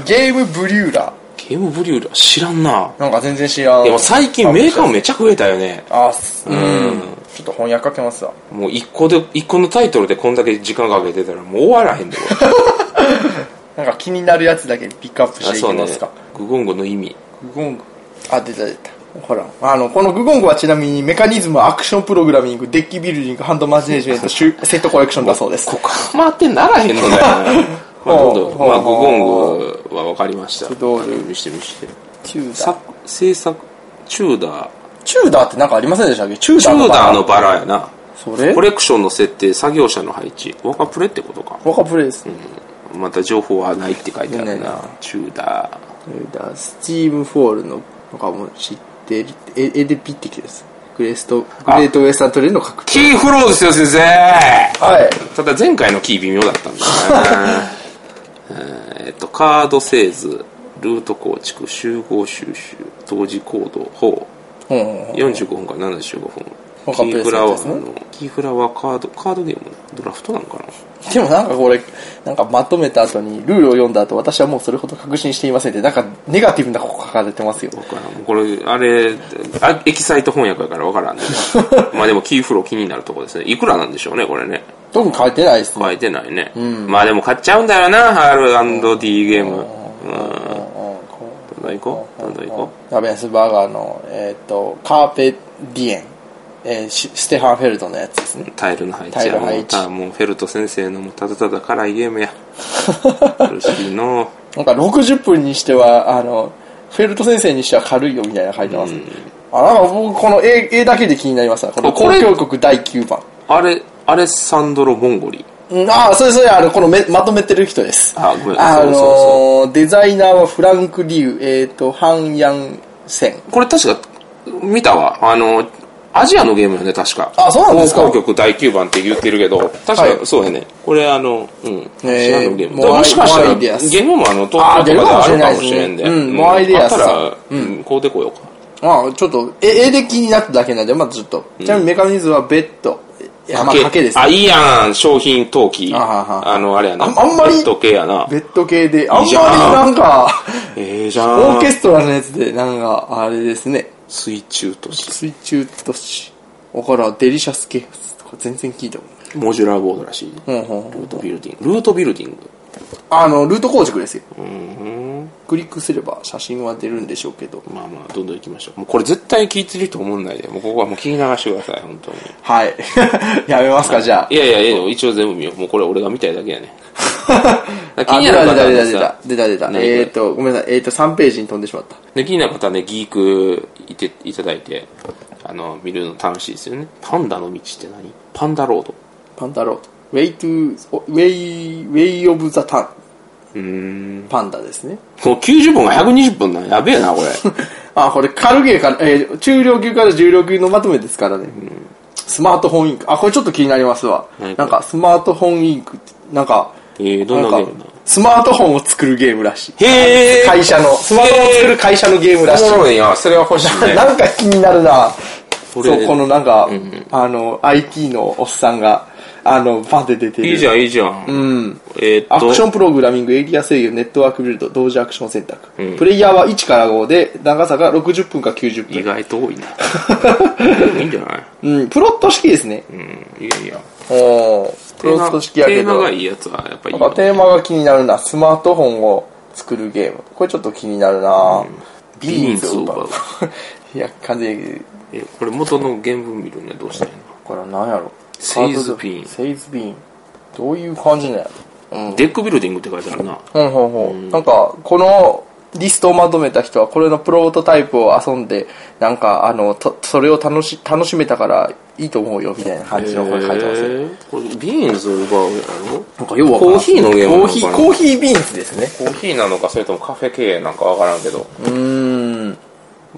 ゲームブリューラ
ゲームブリューラー知らんな
なんか全然知らん
でも最近メーカーもめちゃ増えたよね
あすうん
うん
ちょっと翻訳かけますわ
もう一個で一個のタイトルでこんだけ時間かけてたらもう終わらへんで
なんか気になるやつだけピックアップしてい
そう
き
ね
ますか
グゴンゴの意味
グゴング。あ、出た出た。ほら。あの、このグゴングはちなみにメカニズムはアクションプログラミング、デッキビルディング、ハンドマネージメント、シュセットコレクションだそうです。
ここ回ってならへんのだよね <laughs> まあ、どんどんまあ、グゴンゴは分かりました
どうぞ
見して見して
チューダー
さ。制作チューダー
チューダーってなんかありませんでしたっけチュー
チ
ダー
ュ
の
ー
バラ
ダーのバラやな
それ
コレクションの設定作業者の配置ワカプレってことか
若プレイですね、
また情報はないって書いてある
ないな
なチューダー
だスチームフォールのとかも知ってるエエデピッティキですグレストグレートウエスタントレインの格
キーフローですよ先生
はい
ただ前回のキー微妙だったんだね <laughs> えーっとカード製図ルート構築集合収集同時行動法
うんうんうん
45分から75分
わ
キ
かっプ
ー
レイ
フ
ス
ラ
のや
ワ
つ
ー
ね
のキーフラワーカードカードゲームドラフトなんかな
でもなんかこれなんかまとめた後にルールを読んだ後私はもうそれほど確信していませんってなんかネガティブなこと書かれてますよ
僕はもうこれあれあエキサイト翻訳やから
<laughs>
分からんねまあでもキーフロー気になるとこですねいくらなんでしょうねこれね
特に書いてないですね
書いてないね、まあでも買っちゃうんだよな R&D ゲーム
うん
うん
うんこう
どんどん行こうどんどん行こ
ラベンスバーガーの、えっとカーペディエン、えーシステファンフェルドのやつですね
うタイルの配置
タイル
もう
配置
たもうフェルト先生のもうただただ辛いゲームや苦しいの <laughs>
なんか60分にしてはあのフェルト先生にしては軽いよみたいなの書いてます、あなんか僕この絵絵だけで気になりましたこの
あこれ
交響曲第9番
あれアレッサンドロ・ボンゴリ
うんああそれそれあのこのめまとめてる人です
あごめん
あ
そうそう
のーデザイナーはフランク・リュウえっ、とハン・ヤン・セン
これ確か見たわあのアジアのゲームよね確か
あそうなんですか
交響曲第9番って言ってるけど確
は
か
い
そうやねこれあのうんア
え
ジアのゲーム
モアイ
もしかした
モア
ら
イデ
ゲ
アス
ームもあの東
あ
京とかであるかも
出るかも
し
し
れ
れ
ん
ん
で
ねうんモアイデアス
あったら
う
うんこうでこようか
まあちょっと絵絵で気になっただけなんでまずちょっと、ちなみにメカニズムはベッドえまあ賭けですね
あいいやん商品登記
あはは
あのあれやな
ああんまり
ベッド系やな
ベッド系で、あんま
い
り
じゃん
なんか、
ええじゃ
オー
ん
ケストラのやつで、なんか、あれですね、
水中都市
水中都市。わからん、デリシャスケースとか全然聞いたこ
モジュラーボードらしい
と
ル
ない。うんうんうん
ートビルディングルートビルディング
あの、ルート構築ですよ。
うん
クリックすれば写真は出るんでしょうけど。
まあまあ、どんどん行きましょう。もうこれ絶対聞いてる人思んないで、もうここはもう聞き流してください、本当に。
はい。 <laughs> やめますか、じゃあ
い。やいやいや、一応全部見よう。もうこれ俺が見たいだけやね。
あ、出た出た出た出た
<laughs> 気になる方はねさ
出た出た
何これ
えっと、ごめんなさい。えっと、3ページに飛んでしまった。
で気になる方はね、ギークいていただいて、あの、見るの楽しいですよね。パンダの道って何パンダロード。
パンダロード。ウェイトゥー、ウェイ、ウェイオブザタ
うーん。
パンダですね。
もう90分が120分なんやべえな、
<laughs>
これ。
あ、これ軽ゲーから、えー中量級から重量級のまとめですからね。スマートフォンインク。あ、これちょっと気になりますわ。
何こ
なん
れ
か、スマートフォンインクって、なんか、
えー、どんなゲームな
なん
の
かスマートフォンを作るゲームらしい。
へー
会社の、スマートフォンを作る会社のゲームらしい。
おもろいや、それは欲しいね。
なんか気になるな。そ
こ
う、
れ
このなんか、あの、IT のおっさんが、あの、バンって出てる。
いいじゃん、いいじゃん。うん。えーっと、
アクションプログラミング、エリア制御、ネットワークビルド、同時アクション選択。
うん
プレイヤーは1から5で、長さが60分か90分
意。外と
<laughs>
多いな。いいんじゃない
うん、プロット式ですね。
うん、いやいや。
おープロット式やけ
テーマ
ど、
が
ない
いやつはやっぱいい
んか
よ。
テーマが気になるな。スマートフォンを作るゲーム。これちょっと気になるな、ビーンズを奪
ビーン
う
ズ
<laughs>
を。
いや、完全に、
え、これ元の原文見るにはどうしたらいい
これは何やろ。
セイズビーン
セイズビーン。どういう感じなんやろ。うん
のデックビルディングって書いてあるな。
ほんほんほん。なんか、このリストをまとめた人は、これのプロトタイプを遊んで、なんか、あの、とそれを楽し、楽しめたからいいと思うよ、みたいな感じのこれ書いてますよ。
えーこれビーンズを奪うやろ
なんかようわからん
コーヒーのゲームな
コ
の
ー
か
ヒー、
な
コーヒービーンズですね。
コーヒーなのか、それともカフェ経営なんかわからんけど。
うーん。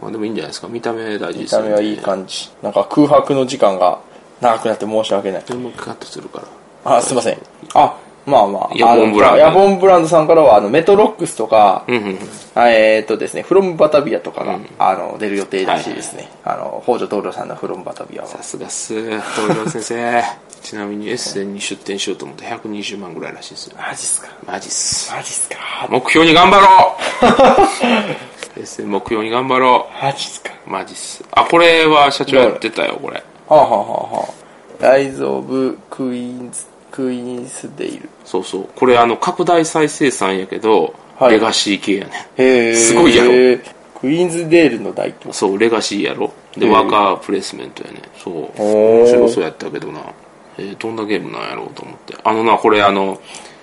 まあでもいいんじゃないですか。見た目大事で
見
す
た
よね。
目はいい感じ。なんか空白の時間が長くなって申し訳ない。
でもカットするから。
あ、すいません。あ、まあまあ。
ヤボンブランド
あのヤボンブランドさんからは、あの、メトロックスとか、
うんうん。
あえーっとですね、フロムバタビアとかが、あの、出る予定らしいですね。あの、北条道路さんのフロムバタビアは。
さすがっす。東洋先生。 <laughs> ちなみにエッセンに出店しようと思って120万ぐらいらしいですよ。
マジっすか
マジっす。
マジっすか
目標に頑張ろ <laughs> うエッセン目標に頑張ろう。
マジっすか
マジっす。あ、これは社長やってたよ、これ。
はあ、はあはあはあ、ライズ・オブ・クイーンズ・クイーンスデイル。
そうそう。これあの、拡大再生産やけど、
はい
レガシー系やね。
へえ。
すごいやろ
クイーンズデールの大統
そう、レガシーやろ。で、
へえ
ワーカープレイスメントやね。そう。
ー
面白そうやったけどな。えーどんなゲームなんやろうと思って。あのな、これあの、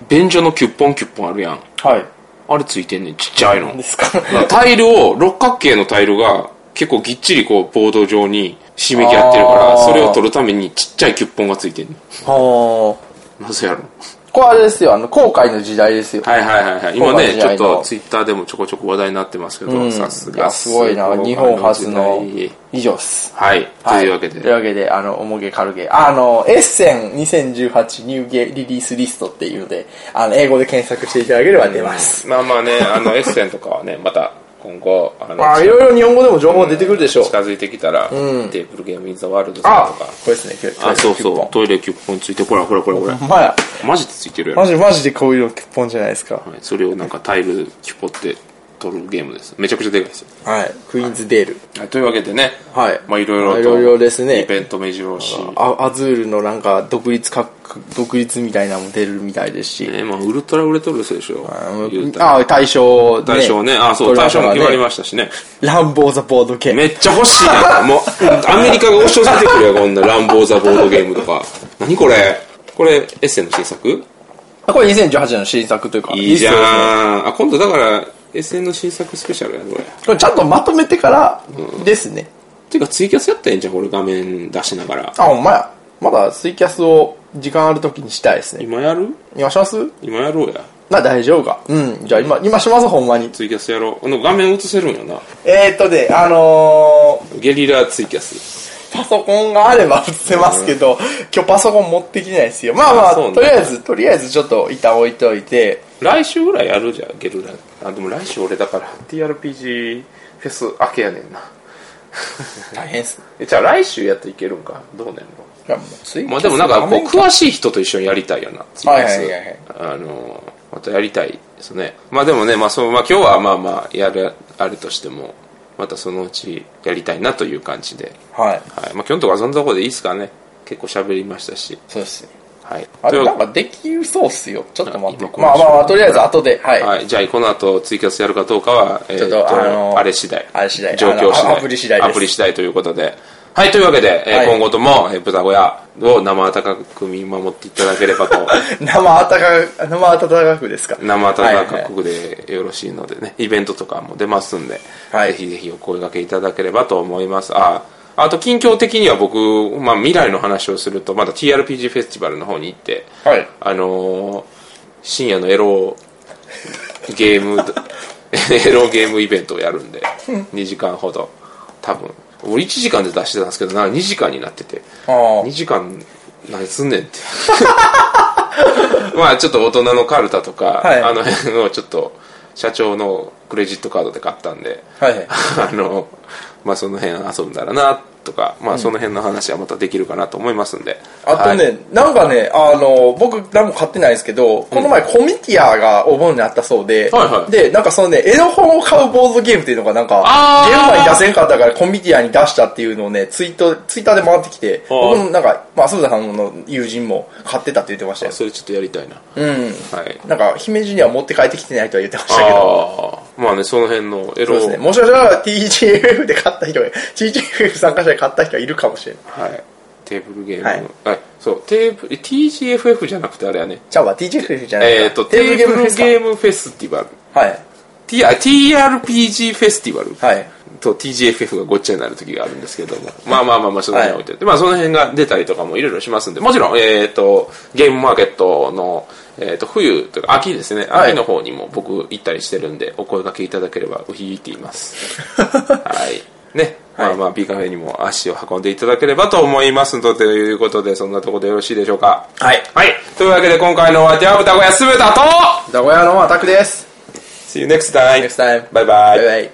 便所のキュッポンキュッポンあるやん。
はい。
あれついてんねん、ちっちゃいの
で。すか
タイルを、六角形のタイルが、結構ぎっちりこうボード上に締め切らってるから
あー
それを取るためにちっちゃいキュッポンがついてる
<laughs> は
なぜやろ
あこれあれですよあの後悔の時代ですよ
はいはいはいはい今ね
今
ちょ
回の
っ
時代の
とツイッターでもちょこちょこ話題になってますけど、
うん
さす
いや
が
すごいな
す
日本初の
時代
以上っす
はい、というわけで、
というわけで、あの、重げ軽げ。あの、エッセン2018ニューゲリリースリストっていうので、あの、英語で検索していただければ出ます。
まあまあねあのエッセンとかはねまた今後あの
まあ、いろいろ日本語でも情報出てくるでしょう。
近づいてきたら、
うん
テーブルゲームインザワールドさ
あ
んとか
これですね、今日。
あそうそう
今
トイレキュッポンついてほらほらほらほら
日まや。
マジでついてるやろ、
マジ、マジでこういうの結本じゃないですか。
はい、それをなんかタイルキュッポって取るゲームですめちゃくちゃでかいですよ、
はい。クイーンズデール。
はい、というわけでね
はい
まあいろいろと
いろいろですね
イベント目白押し
あアズールのなんか、独立か、独立みたいなのも出るみたいですし。
ねまあウルトラ売れとるでしょ言うたら
あ、大賞、ね。
大賞ねあそう
取りました
大賞
か
も
らね
決まりましたしね
ランボーザボードゲーム。
めっちゃ欲しいな
<laughs>
もうアメリカが押し寄せてくるよこんな乱暴ザボードゲームとか何これこれエッセンの新作
あこれ2018年の新作というか。
いいじゃ
っすよね
んあ今度だから SN の新作スペシャルやこれ
これちゃんとまとめてからですね。
ていうかツイキャスやったらいいんじゃんこれ画面出しながら
あ、ほんまや。まだツイキャスを時間あるときにしたいですね。
今やる
今します
今やろうや
な、大丈夫か。うん。じゃあ今、今します、ほんまに。
ツイキャスやろうあの画面映せるんよな
えーっとで、あの
ゲリラツイキャス
ー、パソコンがあれば映せますけど、今日パソコン持ってきてないですよ。まあま
あ
あ、
そうなん
と
だ
りあえず、とりあえずちょっと一旦置いといて、
来週ぐらいやるじゃんゲリラあでも来週俺だから TRPG フェス明けやねんな
大変っす。
えじゃあ来週やっていけるんかどうなんやろ
いやもうツイキャス
まあでもなんかこう詳しい人と一緒にやりたいよなツイキ
はい
ャ
はい
ス
はいはい
あのまたやりたいですねまあでもね、まあ、そうまあ今日はまあまあやるあれとしてもまたそのうちやりたいなという感じで、
はい。
はいまあ、今日のとこはそんなとこでいいですかね結構喋りましたし、
そうですね。
はい、
あ
とい
れ
う
なんかできそうっすよ。ちょっと待って
今。この
まあまあまあ、
瞬間
とりあえず後で、はい。
はい、じゃあこの後ツイキャスやるかどうかは、えー
ちょっとあの
あれ次第
あれ次第
状況次
あ
第
のアプリ次第です
アプリ次第ということではいというわけで、えー
はい
今後とも、えー豚小屋を生温かく見守っていただければと
<laughs> 生温か、生温かくですか。
生温
は
か
いはい
各国でよろしいのでね、イベントとかも出ますんで、
はい
ぜひぜひお声掛けいただければと思いますああと近況的には僕、まあ、未来の話をするとまだ TRPG フェスティバルの方に行って、
はい
あのー深夜のエロゲーム <laughs> エロゲームイベントをやるんで2時間ほど多分俺1時間で出してたんですけどな2時間になってて
ああ
2時間何すんねんってまあちょっと大人のカルタとか、
はい
あの辺をちょっと社長のクレジットカードで買ったんで、 <laughs>
はいはい
あのまあその辺遊んだらなとかまあその辺の話はまたできるかなと思いますんで、
あとね、
はい
なんかね、あの、僕、何も買ってないですけど、この前、コミティアがお盆にあったそうで、
はいはい
で、なんかそのね、絵の本を買うボードゲームっていうのが、なんか、
あー
現場に出せんかったから、コミティアに出したっていうのをね、ツイート、ツイッターで回ってきて、
あー
僕もなんか、まあ、鈴田さんの友人も買ってたって言ってましたよ。
それちょっとやりたいな、
うん。
はい
なんか、姫路には持って帰ってきてないとは言ってましたけど、
ああまあねその辺の
そう
エロ
ですね。もしかしたら TGFF で買った人が、TGFF 参加者で買った人はいるかもしれない。
はい、テーブルゲーム、
は
はいいそうテーブル TGFF じゃなくてあれやね
じゃあ、まあ TGFF じゃない
えっ、と
テーブルゲームフェスか
テーブルゲームフェスティバル
はい。
T- あ TRPG フェスティバル
はい。
と TGFF がごっちゃになる時があるんですけども、まあまあまあまあ、その辺は置いておいて、まあその辺が出たりとかもいろいろしますんで、もちろん、えっ、と、ゲームマーケットの、えっ、と、冬というか秋ですね、
はい
秋の方にも僕行ったりしてるんで、お声掛けいただければ、うひいています。 <laughs> はい。ね。まあまあ、B カフェにも足を運んでいただければと思いますので、ということで、そんなところでよろしいでしょうか。
はい
はい。というわけで、今回のお相手は豚小屋すべたと
名古屋のアタックです。
!See you next time!
Next time.
バイバイ
Bye bye.